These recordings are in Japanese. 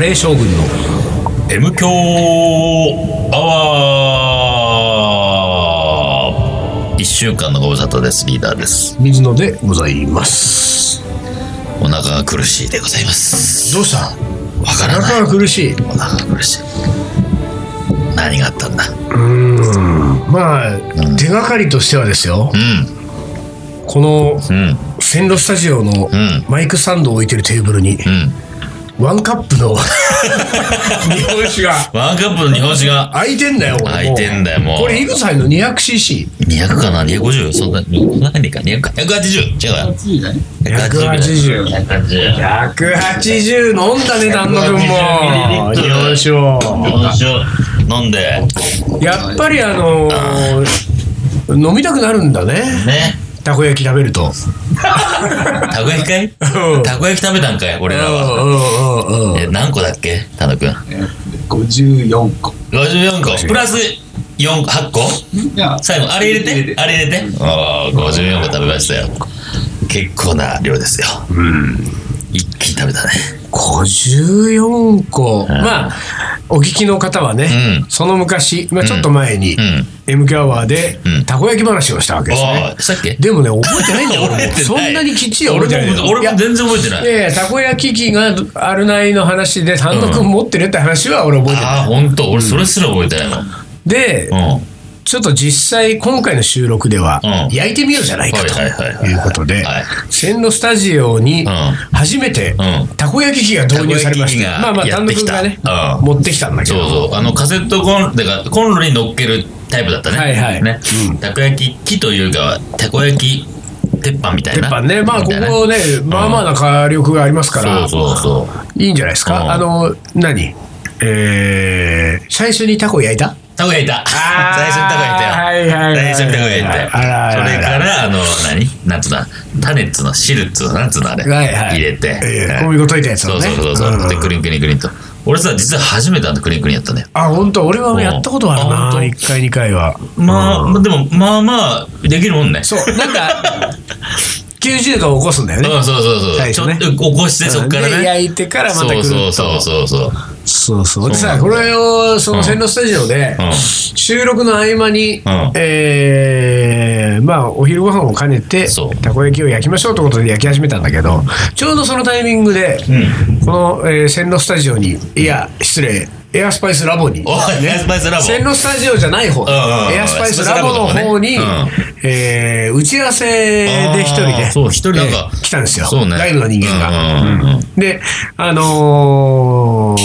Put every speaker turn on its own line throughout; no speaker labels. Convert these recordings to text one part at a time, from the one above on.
レー将軍の
M 強アワー一週間のご無沙汰ですリーダーです
水野でございます。
お腹が苦しいでございます
どうした
わからない
腹が苦しい。
お腹が苦しい何があったんだ
まあ、手がかりとしてはですよ
う、ん
この
うん
線路スタジオの
ん
マイクサンドを置いてるテーブルに、
うん
ワンカップの 日本酒が
ワンカップの日本酒が
開いてんだよ、
開いてんだよもう
これ、イグサイの 200cc。
200かな250そんなにそんなにか200か180違うよ
180
180
180飲んだね、旦那君も。
180
日本酒を。
日本酒を飲んで
やっぱりあの飲みたくなるんだね。
ね
たこ焼き食べると。
たこ焼きかい
うん
たこ焼き食べたんかい俺らは
うんうんうんうん。
え何個だっけ田野くん
54個
54個プラス4 8個
いや
最後あれ入れてあれ入れてああ54個食べましたよ結構な量ですよ一気に食べたね
54個、まあお聞きの方はね、
うん
その昔、まあ、ちょっと前に、
うん
MQ アワーで
うん
たこ焼き話をしたわけですね、
ああしたっけ
でもね覚えてないんだよ
覚え
俺
て
も
ない
そんなにきっちりは覚え
俺
てないんだ
も
よ
俺も全然覚えてない
いやいやたこ焼き器があるないの話で単独持ってるって話は俺覚えてない、
ああ本当俺それすら覚えてないの
で
うんは
ちょっと実際今回の収録では、
うん
焼いてみようじゃない
い
か
はいはい
と
はい
いうことで、
はい
線路スタジオに
うん
初めて
うん
たこ焼き器が導入されました
た
まあ
こ
まあ
焼き器が
単
やって
独
きた
がね
うん
持ってきたんだけ
そう
ど
そうあのカセットコンロかコンロに乗っけるタイプだったね
はいはい
ねたこ焼き器というかたこ焼き鉄板みたい
鉄
な
板ねまあ
み
こ
たいな
こねまあまあな火力がありますから
そうそうそう
いいんじゃないです
うん
かあの何えー最初にたこ焼いた
たこ焼いた。最初にたこ焼いたよ。
はいはいはい
最初にたこ焼いたよ。
あらあらあら
それから、あの、何なんつうの種っつうの汁っつうのなんつうのあれ。
はいはい
入れて。
え
は
ー
い
小麦粉溶いたやつ
そ
を
う
ね
そうそうそう、
うん
で、クリンクリンクリンと。俺さ、実は初めてあのクリンクリンやったね。
あ本当俺はやったことある
あ本
な
当
1回2回は
まあ、まあでも、まあまあ、できるもんね。
そうなん か90度を起こすんだよね
うんそうそうそう。
最
ちょ
初ね
っと起こして、そっから
で
ね。
焼いてからまたくる
そ
っ
う
と
そうそうそうそう。
そうそう。で
そう
さ、
なんだ
これを、その線路スタジオで
うん、
収録の合間に
ん、
えーまあ、お昼ご飯を兼ねて
そう、
たこ焼きを焼きましょうということで焼き始めたんだけど、ちょうどそのタイミングで、このえー線路スタジオに、いや、失礼、エアスパイスラボに、
おい、ね、スパイスラボ。
線路スタジオじゃない方、
んうんうん
エアスパイスラボの方に
エアスパイスラボの方ね、
えー打ち合わせで一人
あー
で、
そう、一人なんか
え。ー来たんですよ
そうね。
ライブの人間が。
うんうんうん。
で、あの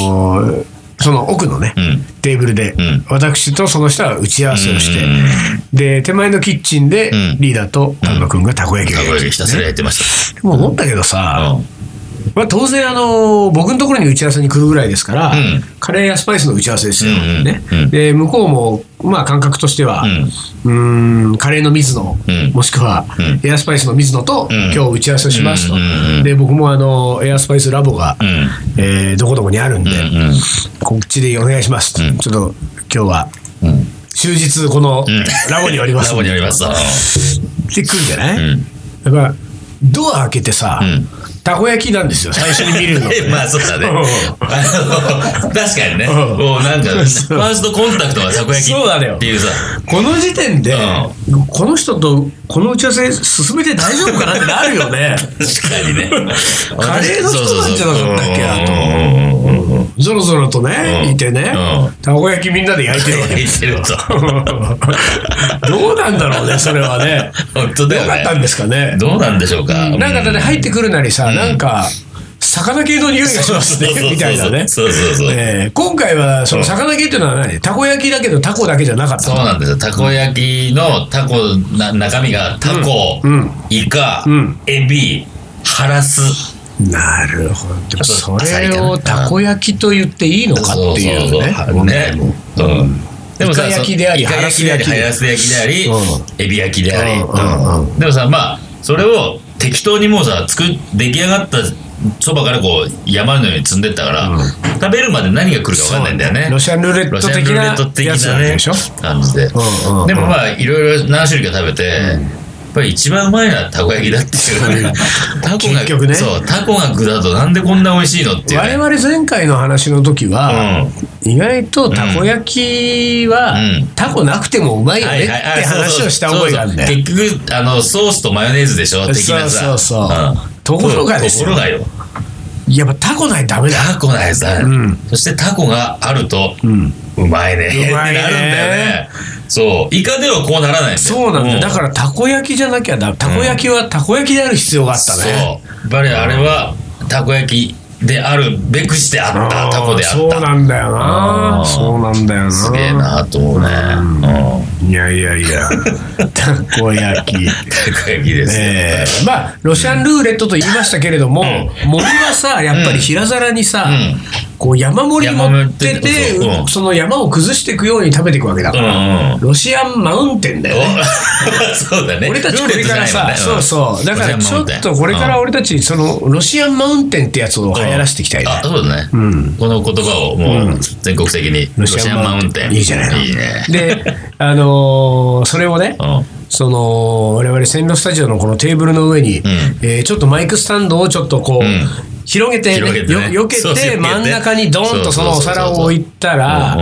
ーその奥のね、
うん
テーブルで、
ん
私とその人は打ち合わせをして、
うん
で、手前のキッチンで、
ん
リーダーと丹野くんがたこ焼きを
たこ
焼
焼
い
きひたすらやってまして
でも思ったけど
た。
さ、
うん。
まあ、当然、あのー僕のところに打ち合わせに来るぐらいですから、
ん
カレーやスパイスの打ち合わせですよ、
うんうん
ね
うん
で、向こうも、まあ、感覚としては、うーんカレーの水野、
うん
もしくは、
うん
エアスパイスの水野と、
ん
今日打ち合わせをしますと、
うんうんうん
で僕もあのエアスパイスラボが、
ん
えーどこどこにあるんで、
うんうん。
こっちでお願いしますと、
うん
ちょっと今日は
うん
終日この
ん
ラボにおります
ラボにあります。
って来るんじゃな
う
い、
ん。
だからドア開けてさ、
ん
たこ焼きなんですよ最初に見るの
まあそうだね。
うん
あの確かにね。
うん
もうなんか、フ
そう
ァーストコンタクトがたこ焼き
そうなのよ
っていうさ。
この時点で、
う
この人とこの打ち合わせ進めて大丈夫かなってなるよ ね
確かにね。
カレーの人なんじゃなかったっけなと
と。うんうんうんうん
ぞろぞろとね、
うん
いてね、
うん
たこ焼きみんなで焼いてるわけ
言ってると。
どうなんだろうね、それはね。
本当だよ
よか
ね。
ったんですかね。
どうなんでしょうか。
なんかだね、入ってくるなりさ、
ん
なんか、魚系の匂いがしますね
そうそうそうそ、う
みたいなね。
そうそうそう
ええ今回は、その
そう
魚系っていうのは何たこ焼きだけど、タコだけじゃなかっ
そう
た。
なんですよ。たこ焼きのたこな中身がタコ、
うん
イカ、
ん
エビ、ハラス。
なるほど。そ
アサリ
れ
かな
をたこ焼きと言っていいのかっていうね。問題も
うんでもさ
イカ焼きであり
イカ焼きであり、ハ
ハ
ラ
ラ
ス焼きであり
うん、
エビ焼きであり。
うんうん
うんでもさ、まあ、それを適当にもうさ、作っ出来上がったそばからこう、山のように積んでったから、食べるまで何が来るか分かんないんだよね。
ロシアンルーレット的な
ロシアンルーレット的
やつ
な
なん
ね
でしょ
感じで。
うんうんうん
でもまあ、いろいろ何種類か食べて、ぱり一番うまいのはたこ焼きだっていう タコが
結局ね
そうタコが具だとなんでこんな美味しいのっていう、
我
ね、
々前回の話の時は、意外とたこ焼きは、
うん
タコなくてもうまいよ
は
ねっ
い
て
はいはい
話をした覚えがあるんだ
そう
よ。
そう結局あのソースとマヨネーズでしょ的
そ
な
う
さ
そうそう。
ん
ところがですよ
ところがよ
やっぱタコないとダメだ。
タコなんですね、
うん
そしてタコがあると
うん。
うまいね
うまいね
ってなるんだよねそうイカではこうならないんだよ
そうなんだ。だからたこ焼きじゃなきゃだ。たこ焼きはたこ焼きである必要があったね。
そうやっぱりあれはたこ焼きであるべくしてあったタコであ
そう
った
なんだよ
う
な。
ん
そうなんだよな。
すげえなと思うね、うん、
いやいやい や。たこ焼き。
たこ焼きですよ、
えーまあロシアンルーレットと言いましたけれども、森はさやっぱり平皿にさ、
うん
こう山盛り持ってて、
山盛りってうん
その山を崩していくように食べていくわけだから、
うんうん
ロシアンマウンテンだよね。
お そうだね
俺たちこれからさ、
ルーレットじゃないも
そ
ん
うそう、だ
ね
からちょっとこれから俺たち、そのロシアンマウンテンってやつを流行らせていきたいね
あ。そうだね、
うん
この言葉をもう全国的にロシアンマウンテン
いいじゃないの
いいね
で、あのーそれをね
う、ん
その我々線路スタジオのこのテーブルの上に、えーちょっとマイクスタンドをちょっとこう、
うん
広げて,、
広げてね
よよけ
そう広げ
て
て
真ん中にドンとそのお皿を置いた
そうそう
ら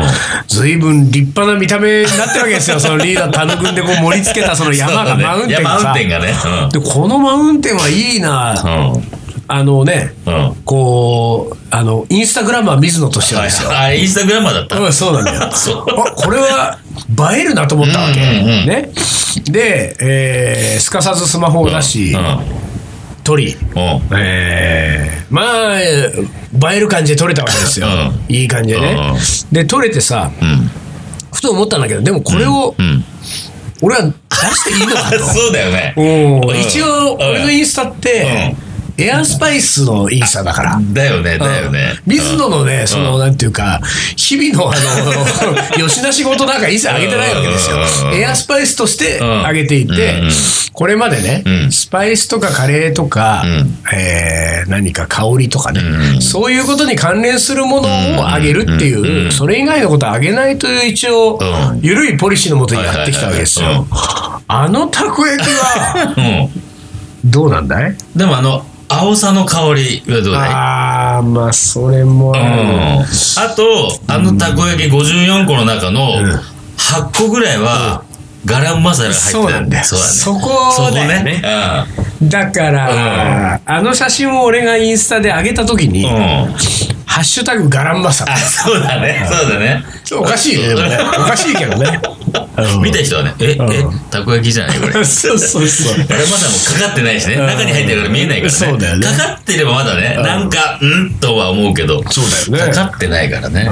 そう
随分立派な見た目になってるわけ ですよそのリーダー田野君でこう盛り付けたその山が
そうだね
マウン
い
テ
や
ンが
マウ
さ
ンテンがね
でこのマウンテンはいい な
うんうん
あのね
うん
こうあのインスタグラマー水野としてはですよ、
あインスタグラマーだった、
うん、そうなんだよ
そう
あこれは映えるなと思ったわけ、
うんうんうん
ね、で、えーすかさずスマホを出し、
うん
撮り、
うん
えーまあえー映える感じで撮れたわけですよ、
う
いい感じでね、
うんうん
で撮れてさ
うん
ふと思ったんだけどでもこれを
うん、
俺は出していいのかと
そうだよね
おー
うん
一応俺のインスタって、エアスパイスのインスタだから、
だよねだよね
水野のね、その、
うん
なんていうか、日々の、あの、 吉田仕事なんか一切あげてないわけですよ
うん。
エアスパイスとして
うん
あげていて
うん、
これまでね
う、ん
スパイスとかカレーとか
う、
えー何か香りとかね
う、ん
そういうことに関連するものをあげるって
うん
いうう、
ん
それ以外のことはあげないという一応
う、ん
ゆるいポリシーのもとにやってきたわけです
はいは
よ
い。
あのたこ焼きは、
うん
どうなんだい
でもあの青さの香りはどうだい
あー、まあ、それも
う
ある
んあとあのたこ焼き54個の中の8個ぐらいはガラムマサラが入ってる
そうなんだよ
そうだね
そこ
そこ
だよね
ね
だから、あの写真を俺がインスタで上げた時に、
うんうん
ハッシュタグガランマサ
あそうだねそうだね
ちょっとおかしいね、でもね。 おかしいけどね。うん
見た人はねええ
うん
たこ焼きじゃないこれ
そうそうそう。
ガラムマサラもかかってないしね
うん
中に入ってるから見えないからね
そうだよね
かかってればまだね
ん
なんかうんとは思うけど
そうだよね
かかってないからね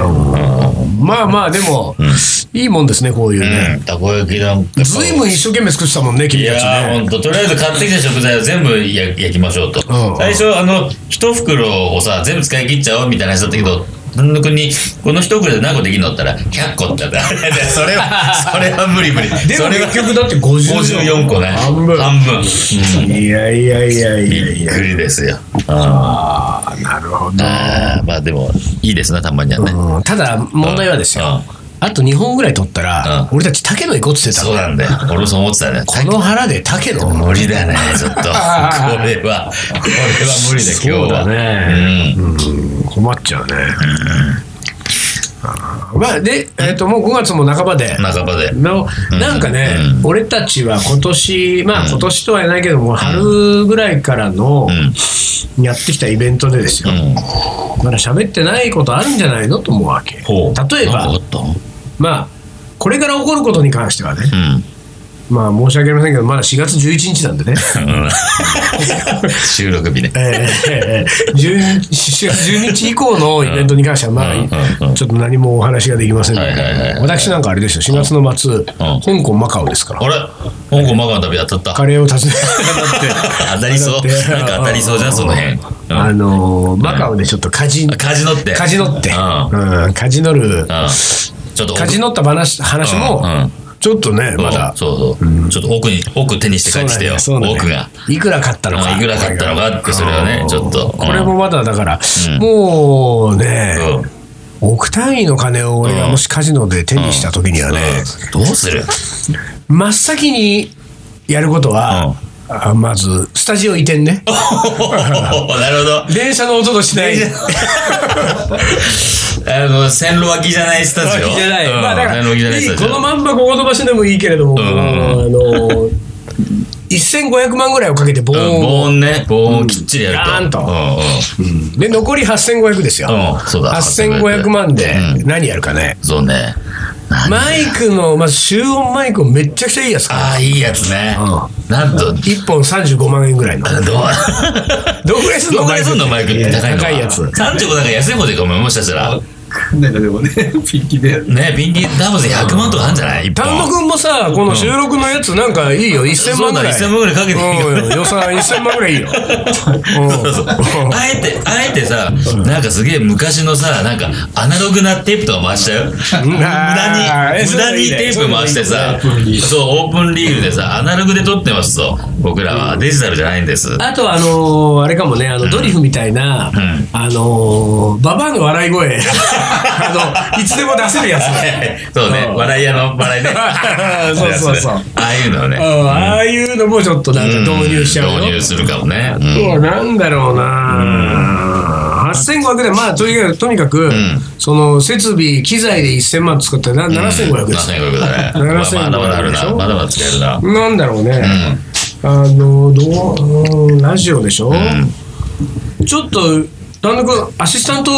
まあまあ、でも、いいもんですね、こういうね。
うんたこ焼きなんか
ずいぶん一生懸命作ってたもんね、
い
君たち
やー
ね。
ほんととりあえず買ってきた食材を全部や焼きましょうと、
うん
最初あの一袋をさ全部使い切っちゃおうみたいな話だったけど丹野君に「この一袋で何個できるの?」って言ったら「100個」って言ったらいやいや それはそれは無理無理
で
そ
も
れは
結局だって54
54個ね
半分。
半分、うん
いやいやいやいやい
びっ
や。
くりですよあ
ああ、なるほど。
あーまあでもいいですなたまにはね、
うんただ、問題はですよ。あと2本ぐらい取ったら、
う
俺たち竹野行こうって言ってた
そう
の
なんだよ俺もそう思ってたね
この腹で竹野
無理だねち ょっとこれはこれは無理だ今日は
そうだね
う
う
ん
ん困っちゃうね。あーまあ、で、えっ、と、もう5月も半ばで。
半ばで
のなんかね、
う
俺たちは今年まあ今年とは言えないけども、春ぐらいからのやってきたイベントでですよ、
うん
まだ喋ってないことあるんじゃないのと思うわけ
ほう
例えば
なんかあった
まあこれから起こることに関してはね、
うん
まあ申し訳ありませんけどまだ4月11日なんでね、
収録日ね。
ええ12 12日以降のイベントに関しては、ま
うんうんう
あ、
ん
ちょっと何もお話ができませんので、
はいはいはいはい
私なんかあれですよ、4月の末、香港、マカオですか
あ
ら、
れ香港マカの旅当たった。
カレーを訪ね
当たりそう。なんか当たりそうじゃん、その辺。
あ
うん
のーマカオでちょっとカジ、
カジノって。
カジノって、
うん
うん、カジノる、
うんちょっと奥
カジノった話話も
うんうん、
ちょっとね、
そう
まだ、
そうそう。ちょっと奥に、奥手にして帰ってきてよ。
そうなんだよ
奥が。
いくら買ったの
う
か。
んいくら買ったのかってそれはね
うん
ちょっとうん
これもまだだから、
うん
もうね、
うん
億単位の金を俺がもしカジノで手にした時にはね、
うんどうする
真っ先にやることは、あまず、スタジオ移転ね。
なるほど。
電車の音としない。
あの、線路脇じゃないスタジオ。
脇じゃない。
うん
まあだから、
線路脇じゃない
い
ス
い
タジ
こ
オ。
のまんまここの場所でもいいけれども、
ん
あの、1500万ぐらいをかけて、ボー
うん防
ンを。
音ね、防音きっちりやると。
ガーンと
うんうん
で、残り8500ですよ。
うんそうだ
8500万で何やるかね。
そうね。
マイクの、まず集音マイクもめっちゃくちゃいいやつか。
ああ、いいやつね。
う
なんと、ど
1本35万円ぐらいの。
う、
どんぐらいすん
ど
の
んぐらいすんのマイクって高いの
高いやつ。
35なんか安い方でいいかも、もしかしたら。
なんかでもね、 ピンキで。
ね、ピンキーダブルで100万とかあるんじゃない一本
丹野くんもさ、この収録のやつなんかいいよ、1000
そう
万
だ
ぐらい。
1000万ぐらいかけていいよ
うん予算1000万ぐらいいい よ。
そうそうあえて、あえてさ、なんかすげえ昔のさ、なんかアナログなテープとか回したよ。無
あ
駄
ーえ
に、
そ
無
うだ
駄
い
に
いね
テープ回してさ、
そうだいいね
そう、オープンリールでさ、アナログで撮ってますと、僕らはデジタルじゃないんです。
あとはあのーあれかもね、あのドリフみたいな、
ん
あのーババアの笑い声、 あの、いつでも出せるやつね。
そうね、
うん。
笑い屋の笑いね
そうそうそう
ああいうの
う
ね。
んああいうのもちょっとなんか導入しちゃうよ。
導入するかもね。う
そ
ん
うなんだろうな、8500で、まあ、とにかく、とにかく、
ん
その設備、機材で1000万使ったらな7500です。
7500だね。まあまだまだある
でし
な。
ょ
まだまだ使えるな。
なんだろうね、
うん。
あの、どう、うんラジオでしょ、
ん
ちょっと、旦那君、アシスタント、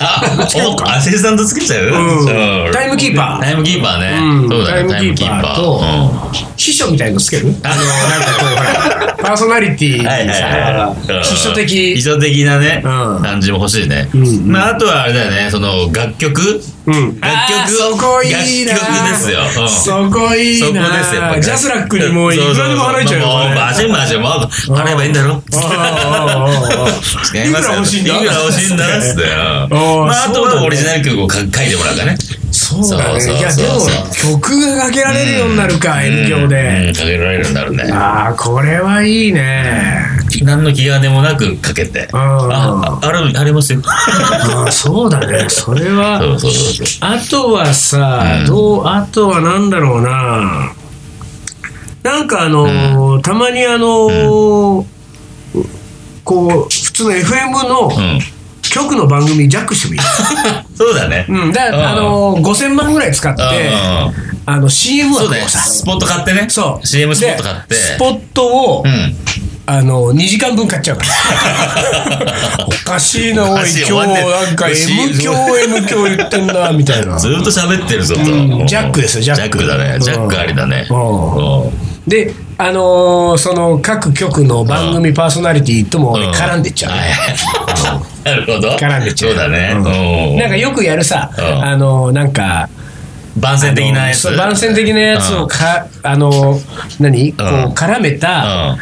あ、おアシスタントつけちゃう、そう
タイムキーパー、
タイムキーパーね。
うん
そうだね、
タイ
タイ
ム
ム
キ
キ
ー
ー
パ
パ
ー
ー。
と秘書みたいのつけるあの、なんかこう、ほらパーソナリティ
うんはいはいは
さ
い。
秘書的
秘。書的なね、
うん
感じも欲しいね。
うん
まあ、あとはあれだよね、その、楽曲
うん
楽
あー
曲
そこいいな
楽曲ですようん
そこい
そ
い
こで
な
すよ、やっぱ
ジャスラックにもういくらでも払えちゃうよ
もう、マ
これ
ジマジ、もう、払えばいいんだろ。
あーあーあーあー
違いますよ
いくら欲しいんだ
いくら欲しいんだっつってよ。
ー
まあ、あと
そうだ
は
ね
オリジナル曲を書いてもらうかね。
そうだね
そうそうそう
いやでも曲がかけられるようになるか
うん
遠慮
う
で
んかけられるんだろうね。
ああこれはいいね
何の気兼ねもなくかけて。
うん
あ、ああれ、あ りますよ。
あーそうだねそれ
そ
は
うそうそうそ
あとはさ
うん
どうあとはなんだろうななんかあのーたまにあのーこう普通の FM の
う。うん。
局の番組ジャックしてもいい
そうだね。
うん、だから、あ
うん
のー、5000万ぐらい使って、
うん
あの、CM
そう
枠
だよ。
をさ、
スポット買ってね。
そう。
CM スポット
で
買って。
スポットを、
うん。
あの、2時間分買っちゃう から。おかしいな、おい、
おかしい
今日
終わんね
なんか
おかしい
M 教 M 教言ってんな、みたいな
ず。ーっと喋ってるぞと。
うんジャックですよジャック
だね。ジャックありだね。
うん
うん
で、あのーその、各局の番組パーソナリティとも俺絡んでっちゃう。
はいなるほど。
絡んでっちゃう。
そうだね。
う
うん
なんかよくやるさ、
うん
あのーなんか、
番宣的なや
そ
つ。
う番宣的なやつをか、あの何、こう絡めた、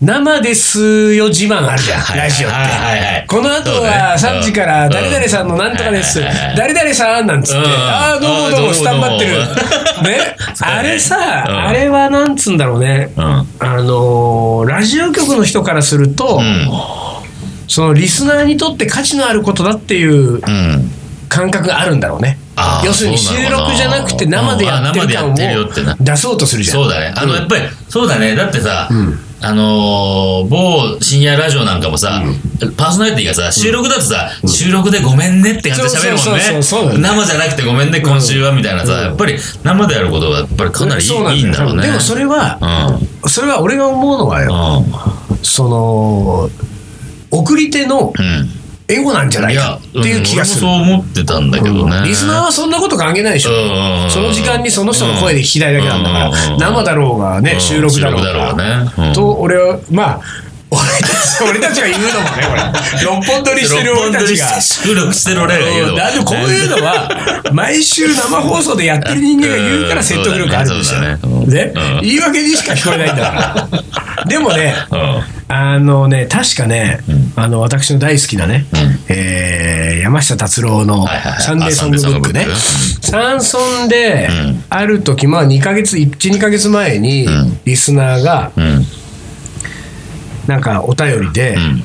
生ですよ自慢あるじゃん、
はい
ラジオって。
はいはいはい
この後
そう
は
ね
3時から、
うん
誰々さんのなんとかです、
はいはいはい
誰々さんなんつって、
うん
ああ、どうもどう
あ
も、
ー
スタンバってる。
どうもどうも、
ね
そうね
あれさ、
うん
あれはなんつうんだろうね。
うん。うん。
あのーラジオ局の人からすると、そのリスナーにとって価値のあることだっていう
うん。
感覚があるんだろうね
あ。ー
要するに収
そうなのか
録
な
じゃなくて生でやってる感
うんあ
を
生でやってるよってな
出そうとするじゃん。
そうだね。あの、やっぱり、そうだね。だってさ、あのー某深夜ラジオなんかもさ、パーソナリティがさ、収録だとさ、収録でごめんねって感じで喋るもん
そうそう
ね。
そうそうそうだ
生じゃなくてごめんね、今週はみたいなさ、やっぱり生でやることはやっぱりかなりいい
そう
いいんだろうね。
でもそれは、
うん。
それは俺が思うのはよ、
う
その、送り手の
ん。うん。
エゴなんじゃないい
や
か、っていう気がする。
うん俺もそう思ってたんだけどね。
リスナーはそんなこと関係ないでしょ。
は
その時間にその人の声で聞きたいだけなんだから、
うん
生だろうがね、収録だろうが。
ね。
と、俺は、まあ、 俺たち、俺たちが言うのもね、これ。六本撮りしてる俺たちが。
収録してる俺が言う
う
の
んだってこういうのは、毎週生放送でやってる人間が言うから説得力あるんですよ。
うんそうだねそうだね
ね
うん
言い訳にしか聞こえないんだから。でもね、
うん
あのね、確かね、あの、私の大好きなね、えー山下達郎の
はいはいはい
サンデーソングブックね。
あ
サンソンで
うん、
ある時、まあ2ヶ月、1、2ヶ月前に
ん、
リスナーが、
うん。
なんかお便りで、
ん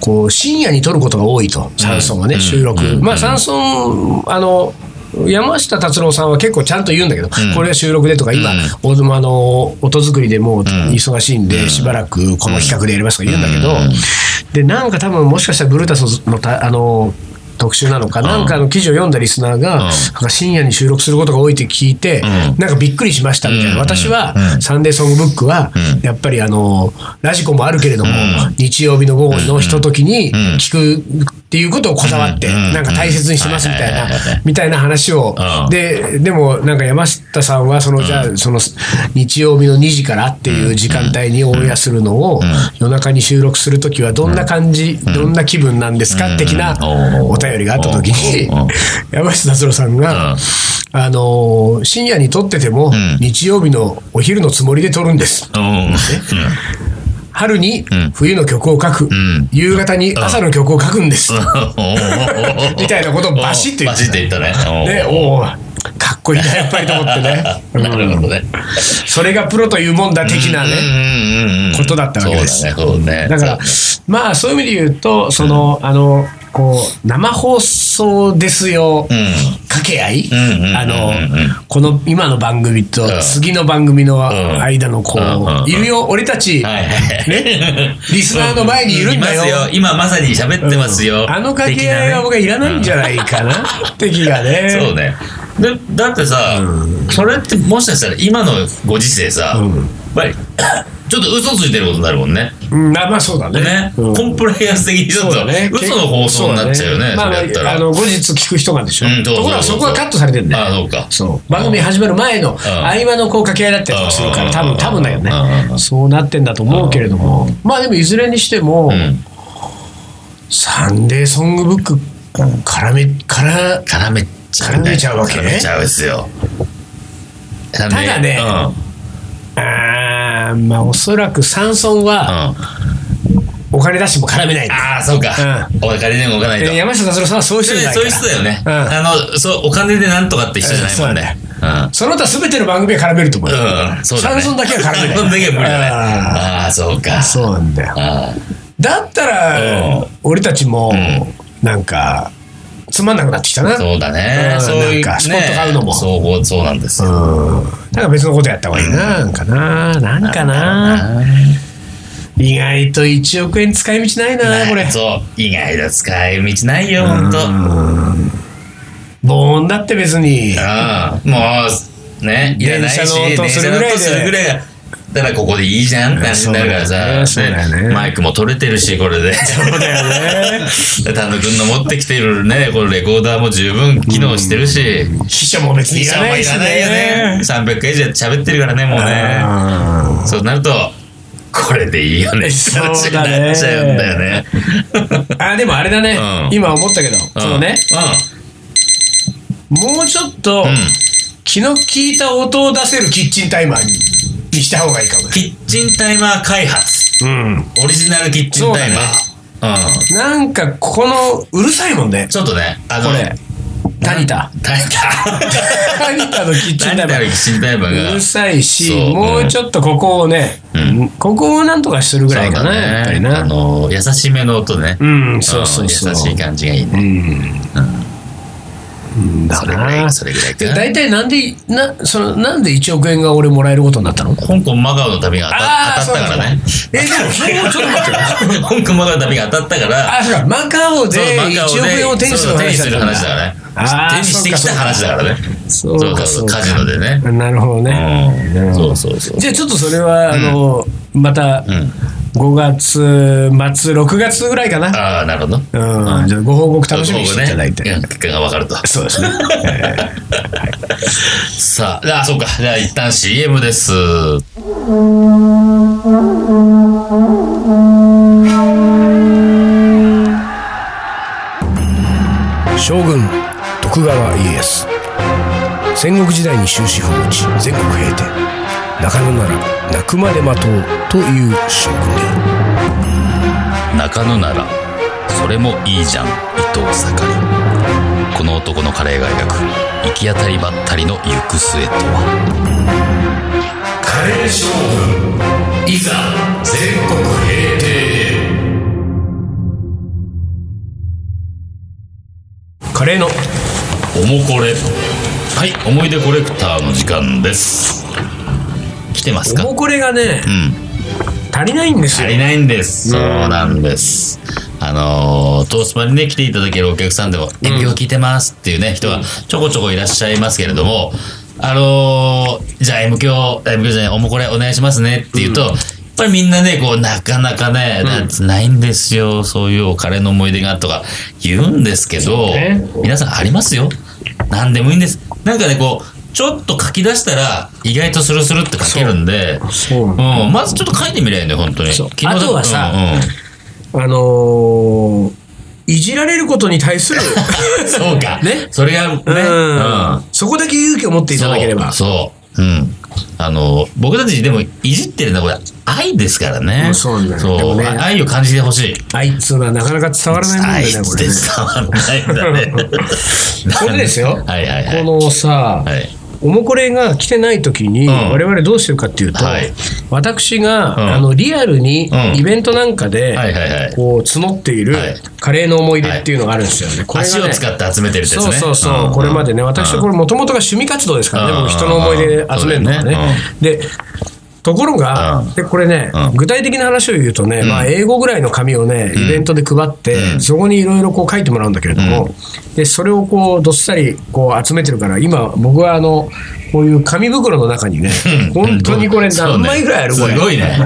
こう深夜に撮ることが多いと、サンソンはね、
うん
収録、
うん
まあ、サンソン、あの、山下達郎さんは結構ちゃんと言うんだけど、
うん
これは収録でとか今、
うん
おあの音作りでもう忙しいんで、しばらくこの企画でやりますとか言うんだけど、
うん
でなんか多分もしかしたらブルータスのたあの特集なのか、なんかの記事を読んだリスナーが、
うん
なんか深夜に収録することが多いって聞いて、
うん
なんかびっくりしましたみたいな、
うん
私は、
うん
サンデーソングブックは、
うん
やっぱりあのラジコもあるけれども、
うん
日曜日の午後のひとときに
うん
聞くっていうことをこだわって、
うん
なんか大切にしてますみたい
うんはいはいはいは、
ないみたいな話を、
うん
ででもなんか山下さんはその、じゃあその日曜日の2時からっていう時間帯にオンエアするのを、
ん
夜中に収録するときはどんな感じ、どんな気分なんですか、
うん
的な
おー
お便りがあったときに
おーおー、
山下達郎さんが、
うん
あのー深夜に撮ってても、
ん
日曜日のお昼のつもりで撮るんです。
うん。
春に
ん
冬の曲を書く、
ん
夕方に朝の曲を書くんです。みたいなことをバシッと言
言
っ
ってて
た
言ったね。
ね、おおかっこいいなやっぱりと思ってね
おーなるほどね。
それがプロというもんだ的なね、
ね
ことだったわけです
そうだね、そうね。
だからまあそういう意味で言うとその、あのこう生放送ですよ、
うん。
掛け合い、
うんうんうんうん
あのこの今の番組と
うん
次の番組の間のこう、
うんうんうん
いるよ俺たち、
はいはい。
ねリスナーの前にいるんだよ
いますよ今まさに喋ってますよ。
あの掛け合いは僕はいらないんじゃないかな、的がね。
そうね。でだってさ、それってもしかしたら今のご時世さ、
うん
やっぱり ちょっと嘘ついてることになるもんね。
うん、あまあそうだね。
ね、
うん
コンプライアンス的にちょっと、嘘の放送になっちゃうよね、
ま
そ
あ、
れやったら。
あの後日聞く人がでしょ。
うんそうそうそう
ところがそこはカットされてるんだよ。
あそうか
そう番組始まる前の合間のこう掛け合いだったりとかするから
うん
多分多分だよね
うん
そうなってんだと思うけれどもまあでもいずれにしても
うん
「サンデーソングブック」絡めから
絡めちゃう、ね。
絡めちゃうわけね
絡めちゃうですよ。た
だねあーまあおそらくサンソン
うん。
は
うん
お金出しても絡めないんだ
ああ、そうか。お金でも置かないと。
で山下達郎さんはそういう人じゃないか
そういう
ら
人だよね。
うん
あの、そう、お金でなんとかって人じゃないもんね。うん。
その他全ての番組は絡めると思うよ
うん、そうだね。
サンソンだけは絡めない
サンソンだけは無理だね。
あ
ああー、そうか。
そうなんだよ
あ
だったら、
うん
俺たちも、
ん
なんかつまんなくなってきたな
ーそうだね
う。ん
そうい
な
う、ね、
んかスポット買うのも
そう、そうなんですよ。
うんなんか別のことやった方がいいな、なんかななんかな意外と1億円使い道ないな、
ね
これ
そう、意外と使い道ないよ、ほんと。
ボーンだって別に
うんもう、ね、いらないし、
電車の音
電
する
車
ぐ
の
らいで
音するぐらいが。だからここでいいじゃんって話になるから
うんそ
さ、
うだよねそうだよね
マイクも取れてるし、これで。
そうだよね
で丹野くんの持ってきてるね、このレコーダーも十分機能してるし、
秘書も別にいらないしね
300回以上喋ってるからね、もうね。
うん
そうなると、これでいいよねって話になっちゃうんだよね。
あでもあれだね、
うん
今思ったけど、 そのねもうちょっと、
うん。うん。
気の利いた音を出せるキッチンタイマーににした方がいいかもね。
キッチンタイマー開発。
うん。
オリジナルキッチンタイマー。うん。
なんか、この、うるさいもんね。
ちょっとね、あ
こ
の、
れ。タニタ。
タニタ。
タニタのキッチンタイマ
タニタの
ー。
キッチンタイマーが。
うるさいし、
そう
もうちょっとここをね、
うん
ここをなんとかするぐらいかな、やっぱ
そう
り
だね。あ
な。
の、優しめの音ね。
うん、そうそうそう。
ん優しい感じがいいね。
うん。うん、だ
それぐら、。
ない
それぐらいか
で
な。
大体なんで、な、その、なんで1億円が俺もらえることになったの
香港マガオの旅が当た当たったからね。
え、でも、そう、ちょっと待って。
香港マガオの旅が当たったから、
あ、そうか、マカオで
そうマ
1
カオ
億円を手にする
そう手に
話だ
する
ったん
話だからね。
あー
手にしてきた話だからね。
そ
そうう
か
そ
そ
うそうう、
か
カジノでね。
なるほどね。
うん。そうそうそう。
じゃあちょっとそれは、あの、また、
ん
5月末、6月ぐらいかな。
ああ、なるほど。
うん、じゃあご報告楽しみにしていただいて。
うん結果が分かると。
そうですね。
さあ、あ、そうか。じゃあ、一旦 CM です。
将軍徳川家康戦国時代に終止符を打ち全国平定中野なら泣くまで待とうという将軍である
中野なら、それもいいじゃん、伊藤盛り。この男のカレーが描く、行き当たりばったりの行く末とは。
カレー将軍いざ全国平定カレーの
おもこれはい思い出コレクターの時間です来てますか
おもこれがね
うん
足りないんです
足
よ
りないんです。そうなんです。あのートースパにね、来ていただけるお客さんでも、演技を聞いてますっていうね、人がちょこちょこいらっしゃいますけれども、あのーじゃあ M 響、M 響じゃない、おもこれお願いしますねっていうと、やっぱりみんなね、こう、なかなかね、なんつないんですよ、そういうお金の思い出がとか言うんですけど、
ね
皆さんありますよ。何でもいいんです。なんかね、こう、ちょっと書き出したら、意外とスルスルって書けるんで、
そう
うん、まずちょっと書いてみりゃいいんだよ、本当に。
そう
昨日
あとはさ
う
あのーいじられることに対 する、
んうん、そうか。
ね
それが、ね。
うんそこだけ勇気を持っていただければ
そう。そう。うん。あの、僕たちでもいじってるのはこれ、愛ですから
う
ね。
んそうなんだよ
そう
でもね
あ愛を感じてほしい。
愛っつうのはなかなか伝わらない
愛
もん
って
だ
伝
よねこれね
わらないんだね。
これですよ
はいはいはい。
このさ、
はい。
おもこれが来てない時に、
うん
我々どうしてるかっていうと、
はい
私が、
うん
あのリアルに
うん
イベントなんかで、
はいはいはい
こう募っている
はい
カレーの思い出っていうのがあるんですよね。これが
足
ね
を使って集めてるってやつ
そ
ね。
うそうそう、これまでね、私はこ
れ、
れもともとが趣味活動ですからね、
うん
僕人の思い出集めるのが
そうだよ
ね
ね。
で、ところが
うん、
で、これね
うん、
具体的な話を言うとね、まあ、英語ぐらいの紙をね、イベントで配って、そこにいろいろこう書いてもらうんだけれども、で、それをこう、どっさりこう集めてるから、今、僕はあの、こういう紙袋の中にね、本当にこれ
そう
何
ね
枚ぐらいあるこれ
すごいね。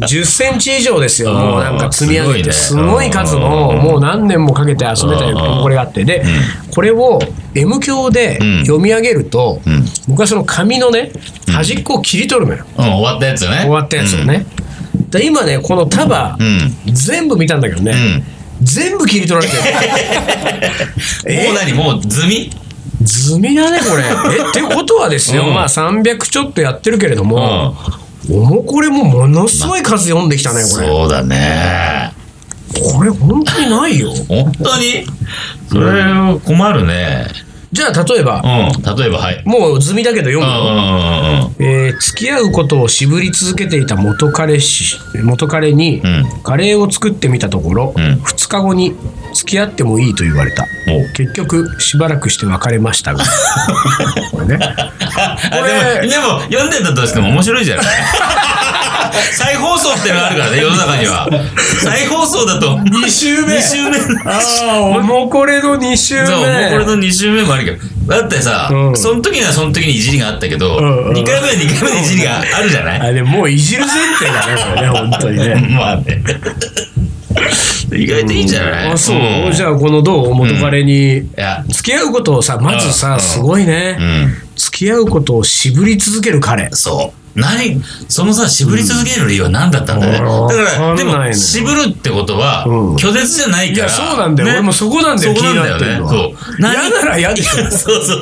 10センチ以上ですよ、もうなんか積み上げて、
す
す
ご
ご
いね
い数の、
うん
もう何年もかけて集めた
うん
これがあって、で、これを M 教で
うん
読み上げると
ん、
僕はその紙のね、端っこを切り取るのよ、
うん、終わったやつよね。
終わったやつをね。で今ね、この束
う、ん。
全部見たんだけど
うん。うん
ね、全部切り取られてる。え
もう何もう済み
積みだね、これ。え、ってことはですよ、
うん
まあ300ちょっとやってるけれども、おもこれもものすごい数読んできたね、これ。
そうだね。
これ本当にないよ。
本当にそれ困るね。
じゃあ例えば、
うん。例えば、はい。
もう済みだけど読
う
むよ。
んうん
えー付き合うことを渋り続けていた元彼氏元彼に、
うん
カレーを作ってみたところ、
うん
2日後に付き合ってもいいと言われた
うんうん。おう
結局しばらくして別れましたがこれね
あ、でも、でも、読んでたとしても面白いじゃない 再放送ってのがあるからね、世の中には。再放送だと。2週目 !2 週目
ああおもこれの2週目
そう、もうこれの2週目もあるけど。だってさ、
うん
その時にはその時にいじりがあったけど、
んうん
2回目は2回目でいじりがあるじゃない
あでももういじる前提だね これね本当に ね
まあね。 意外といいんじゃない
あそう、
ん
じゃあこのどう元彼に、
いや、
付き合うことをさまず
うんう
さ
ん
すごいね、
うん。
付き合うことを渋り続ける彼
そう。何、そのさ、渋り続ける理由は何だったんだよね。
うん
だから、
わか
で
んない
も、
ね
渋るってことは、
うん
拒絶じゃない
い
から。
やそうなんだよ、
ね
俺もそこなんだ
そ
よ
こ
気
な
に
んだ
なっ
よ
てるのは
ね。そう。
嫌なら嫌で
い
しょ
や そうそうそ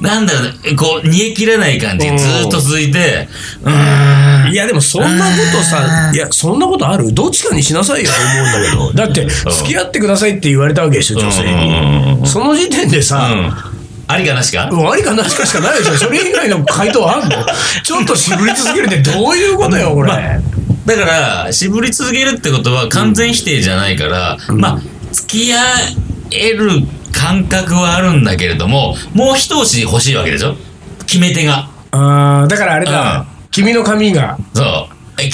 う。なんだろうね。こう、煮え切れない感じ
う
が
ん
ずーっと続いて、うーん。
いやでもそんなこと
あ
さ
ー
いやそんなことあるどっちかにしなさいよと思うんだけどだって付き合ってくださいって言われたわけでしょ女性
うんうんうん
にその時点で
う
さ、
ん。ありかなしか
もうありかなしかしかないでしょそれ以外の回答あんのちょっと渋り続けるってどういうことよこれ、
まあだから、渋り続けるってことは完全否定じゃないから、まあ、付き合える感覚はあるんだけれども、もう一押し欲しいわけでしょ決め手が。
あーだからあれだ、
うん
君の髪が
そう。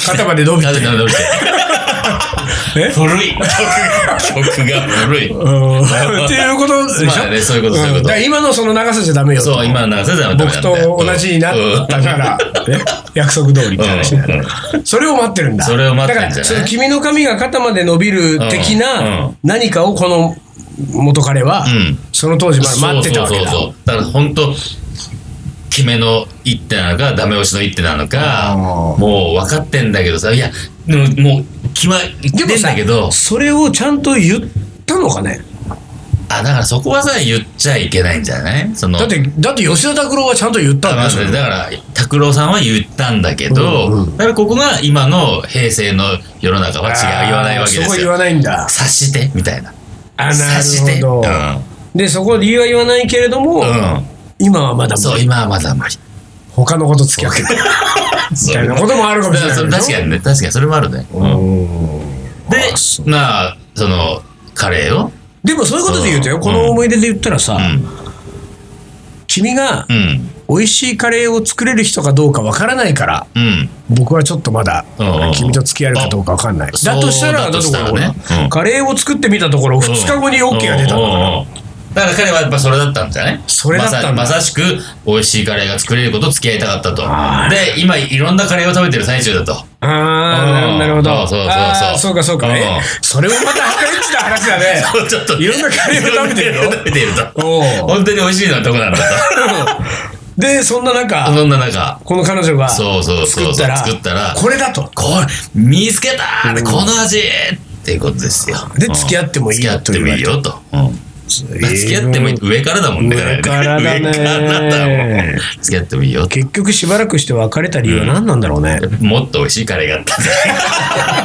肩まで伸びて
肩まで伸びて
え
古い。曲が古い。
うん っていうことでしょ、
まあねそういうことそういうこと
んだから今のその長さじゃダメよと
そう、今の流せたらダメな
僕
んだよ
と同じになったから、ね約束通りって話だよねそれを待ってるんだ
それを待ってるんじゃない
だからその君の髪が肩まで伸びる的
うんう
なん何かをこの元彼は
うん
その当時まで待ってたわけだ
そうそうそうそうだから本当決めの一手なのかダメ押しの一手なのかもう分かってんだけどさいやでももう気は言
で
っ
も
てん
さ
だけど
それをちゃんと言ったのかね
あだからそこはさ言っちゃいけないんじゃないその
だってだって吉田拓郎はちゃんと言ったんだ
まあ
よ
そ
そ
れ
れ
だから拓郎さんは言ったんだけど、だからここが今の平成の世の中は違う言わないわけで
あーそこ
す
言
よ
わないんだ
察してみたいな
あ
察して
なるほど、でそこ理由は言わないけれども、
うん、うん、
今はまだ
そう今はまだあんまり
他のこと付き合ってるみたいなこともあるかもしれない
だからそ確かにね確かにそれもあるね、うんで
あそ、
まあ、その、カレーを、
でもそういうことで言うとよ、
うん
この思い出で言ったらさ、
うん、
君が
うん。
美味しいカレーを作れる人かどうかわからないから、
うん。
僕はちょっとまだ
うん
君と付き合えるかどうかわかんない。
あ
だとしたら、
そうだとしたらね
だってこれ
うん
カレーを作ってみたところ、2日後に OK が出たんだから。
うんうんうんだから彼はやっぱそれだったんじゃない
それだったんだ
まさまさしく美味しいカレーが作れることを付き合いたかったと。で、今いろんなカレーを食べてる最中だと。
あ
う
あ、
ん
なるほど。
そうそうそうそう
あーそうかそうか。え
うん
それもまたハカエッチな話だね。
ちょっとね
いろんなカレーを食べてるよ
いろんなカレーを食べていると。
おう
本当に美味しいのはどこ なんだ
で、そんな中
と。、そんな中、
この彼女が作
そうそうそうそう
っ、たら、
作ったら、
これだと。
これ、見つけたーこの味っていうことですよ。
で
うん
付き合ってもいいよと
付き合ってもいいよと。うん付き合ってもいい上からだもんね。
上からだね
上からだもん付き合ってもいいよ。
結局しばらくして別れた理由は何なんだろうね。
もっと美味しいカレーがあったんだ。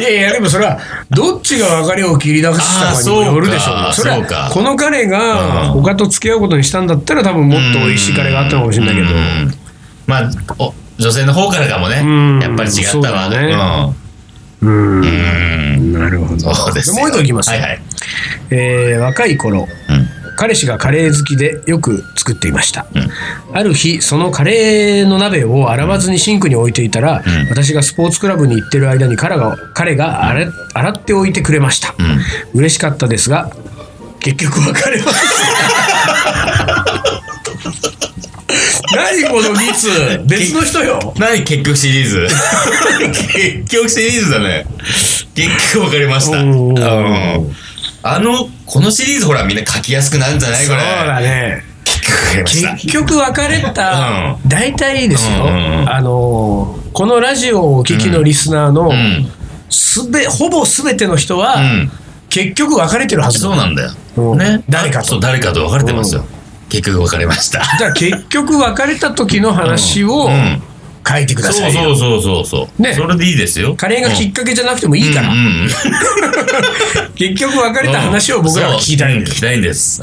いやいや、でもそれは、どっちが別れを切り出したかにもよるでしょ
あー
そ
そう
れ
か
は
そうか
この彼が
うん
他と付き合うことにしたんだったら、多 分もっと美味しいカレーがあったのかもしれないけど。
うんまあ、お女性の方からかも
うん
ね。やっぱり違った
そうだ
わ
ね。うん
うん。
なるほど。
そうですよ。
もう一個いきます
は
よ
いはい。
えー若い頃、彼氏がカレー好きでよく作っていました、ある日そのカレーの鍋を洗わずにシンクに置いていたら、
うん
私がスポーツクラブに行ってる間に彼が彼が洗,、洗っておいてくれました、嬉しかったですが結局別れまし た何このミス別の人よ
何結局シリーズ結局シリーズだね。結局分かりました。
おー
うんあの、このシリーズほらみんな書きやすくなるんじゃないこ
そう
れ。
だね
結局分かりまし
結局別れた、大体ですよ、
うんうんうん
あのーこのラジオをお聞きのリスナーの
た。うん。
すべ、ほぼすべての人は、
うん
結局別れてるはずだ
そうなんだよ。
うん
ね。
誰かと
そう、誰かと別れてますよ。結局別れました。
だから結局別れた時の話を
うんうん
書いてくだ
そ
さ
う
いよ、
そうそうそうそう。
ね
それでいいですよ。
カレーがきっかけじゃなくてもいいから、
うんうんうん
結局別れた話を僕らは聞きたいんだ
そう
よ
聞きたいんです。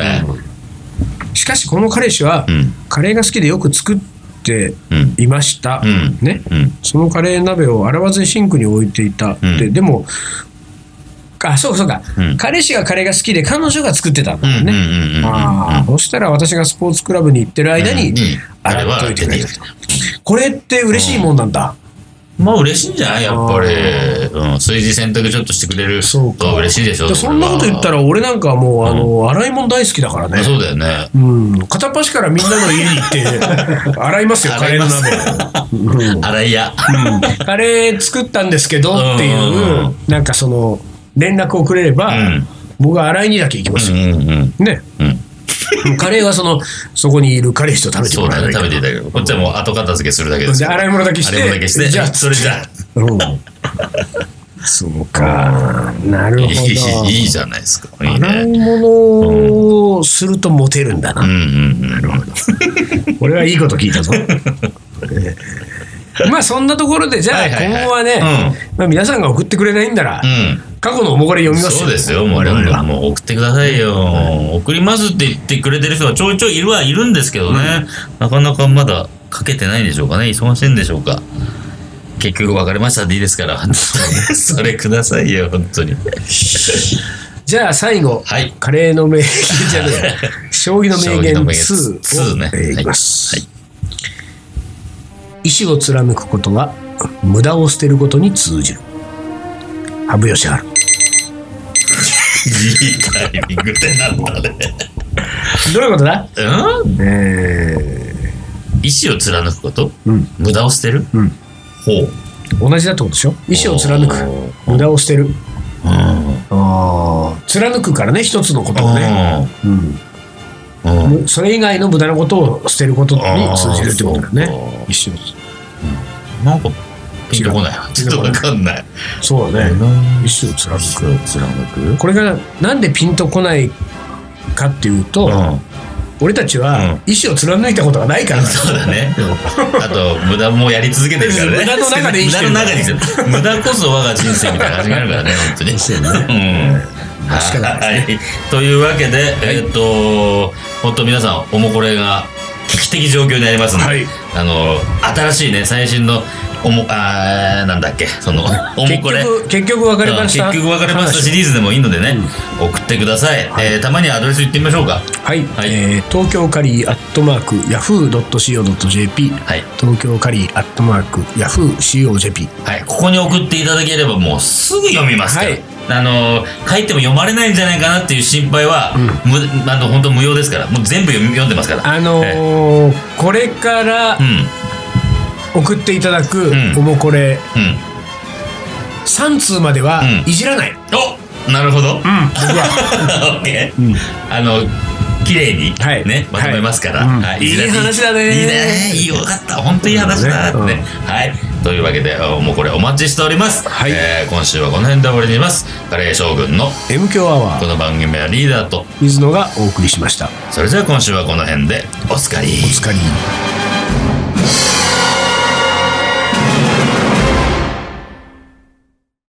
しかしこの彼氏は、
うん
カレーが好きでよく作って
うん
いました、
うん
ね、
うん
そのカレー鍋を洗わずにシンクに置いていたって、
うん
でもあそうかそうか、
うん
彼氏がカレーが好きで彼女が作ってたんだ
うん
も
うんん
ね、
うんうんうん。
ああそしたら私がスポーツクラブに行ってる間に
うんうん
洗っといてくれるとこれって嬉しいもんなんだ、
まあ嬉しいんじゃないやっぱ
あ。
りうん。炊事洗濯ちょっとしてくれる
そう
と
か
嬉しいでしょ。
でそんなこと言った
ら。
ら俺なんかもうあの、洗い物大好きだからね
あそうだよね。
うん、片っ端からみんなの家に行 って洗いますよカ
洗
レー
い
の
ます
鍋 うん
洗い屋。
カレー作ったんですけどっていう、
うんうん
なんかその連絡をくれれば、
うん
僕は洗いにだけ行きます
う
よ、
んうんうん。
ね、
うん
カレーはそのそこにいる彼氏と食べて
そ
も
う
ら
だ
えな
ね。
いか
食べ
ら
ていただけど。こっちはもう後片付けするだけです
じ
よ。
ゃあ洗い物だけして
洗い物だけして。
じ
じ
ゃ
ゃ
あ
あ、 それじゃあ。
うんそうかなる
い
ほ
い
ど
いいじゃないですか。いい
洗い
ね。
物をするとモテるんだな、
うんうんうん。
これはいいこと聞いたぞ。まあそんなところでじゃあ
はいはいはい
今後はね、まあ、皆さんが送ってくれないんなら、
うん。
過去のおもこれ読みます
そうですよ、もう
我
我
々
々
は
はもう送ってくださいよ。送りますって言ってくれてる人はちょいちょいいるはいるんですけどね、なかなかまだかけてないんでしょうかね、忙しいんでしょうか。結局別れましたでいいですか ら、本当にそれくださいよ、本当に。
じゃあ最後、
はい
カレーの名言じゃねえや将棋の名言
将棋の名言
2を、
2ね
えーいきます、意志を貫くことは無駄を捨てることに通じる羽生善治
いいタイミングでなんだね。
どういうことだ、
うん
え
意志を貫くこと、
うん
無駄を捨てる、
うん
ほう。
ー同じだってことでしょ意志を貫く
おー
無駄を捨てる
うん。
あー貫くからね一つのことをね、うん
うんうん
それ以外の無駄なことを捨てることに通じるってことだよ
あー
ね
そう。
一瞬。
なんか、ピンとこない。ちょっとわかんない。
そうだね。一生貫く。
貫く
これがなんでピンとこないかっていうと、
うん。
俺たちは意思を貫いたことがないからだよ
そうだね。あと、無駄もやり続けてるからね。
無駄の中で生きてる
無駄の中で生きてる無駄こそ我が人生みたいな感じがあるからね、本当に。うん。
確かに
はい。というわけで、えーっと、本当皆さん、おもこれが危機的状況になりますので、
はい
あの、新しいね、最新のおもあーなんだっけそのおも
結
これ
局、結局別れました。
うん結局別れましたシリーズでもいいのでね、送ってください、えーたまにはアドレス言ってみましょうか
はい、
はい
えー東京カリーアットマークヤフー .co.jp、
はい
東京カリーアットマークヤフー .co.jp
はい、ここに送っていただければもうすぐ読みますから、
はい
あのー書いても読まれないんじゃないかなっていう心配は、むあの本当無用ですからもう全部読み読んでますから
あの
え
ーこれから
えうん
送っていただく
ん
おもこれ
うん
3通までは
うん
いじらない、
おなるほど、 オッケー、あの綺麗に、
はい
ねまとめますから、
はいうん
いずれ
いい話だね
いいねいいよかった本当いい話だって
そう
ね、
だね
はいというわけでもうこれお待ちしております、
はい
えー今週はこの辺で終わりにしますカレー将軍の
M 強アワ
こ
ー
の番組はリーダーと
水野がお送りしました
それじゃあ今週はこの辺でおつかり
お疲れ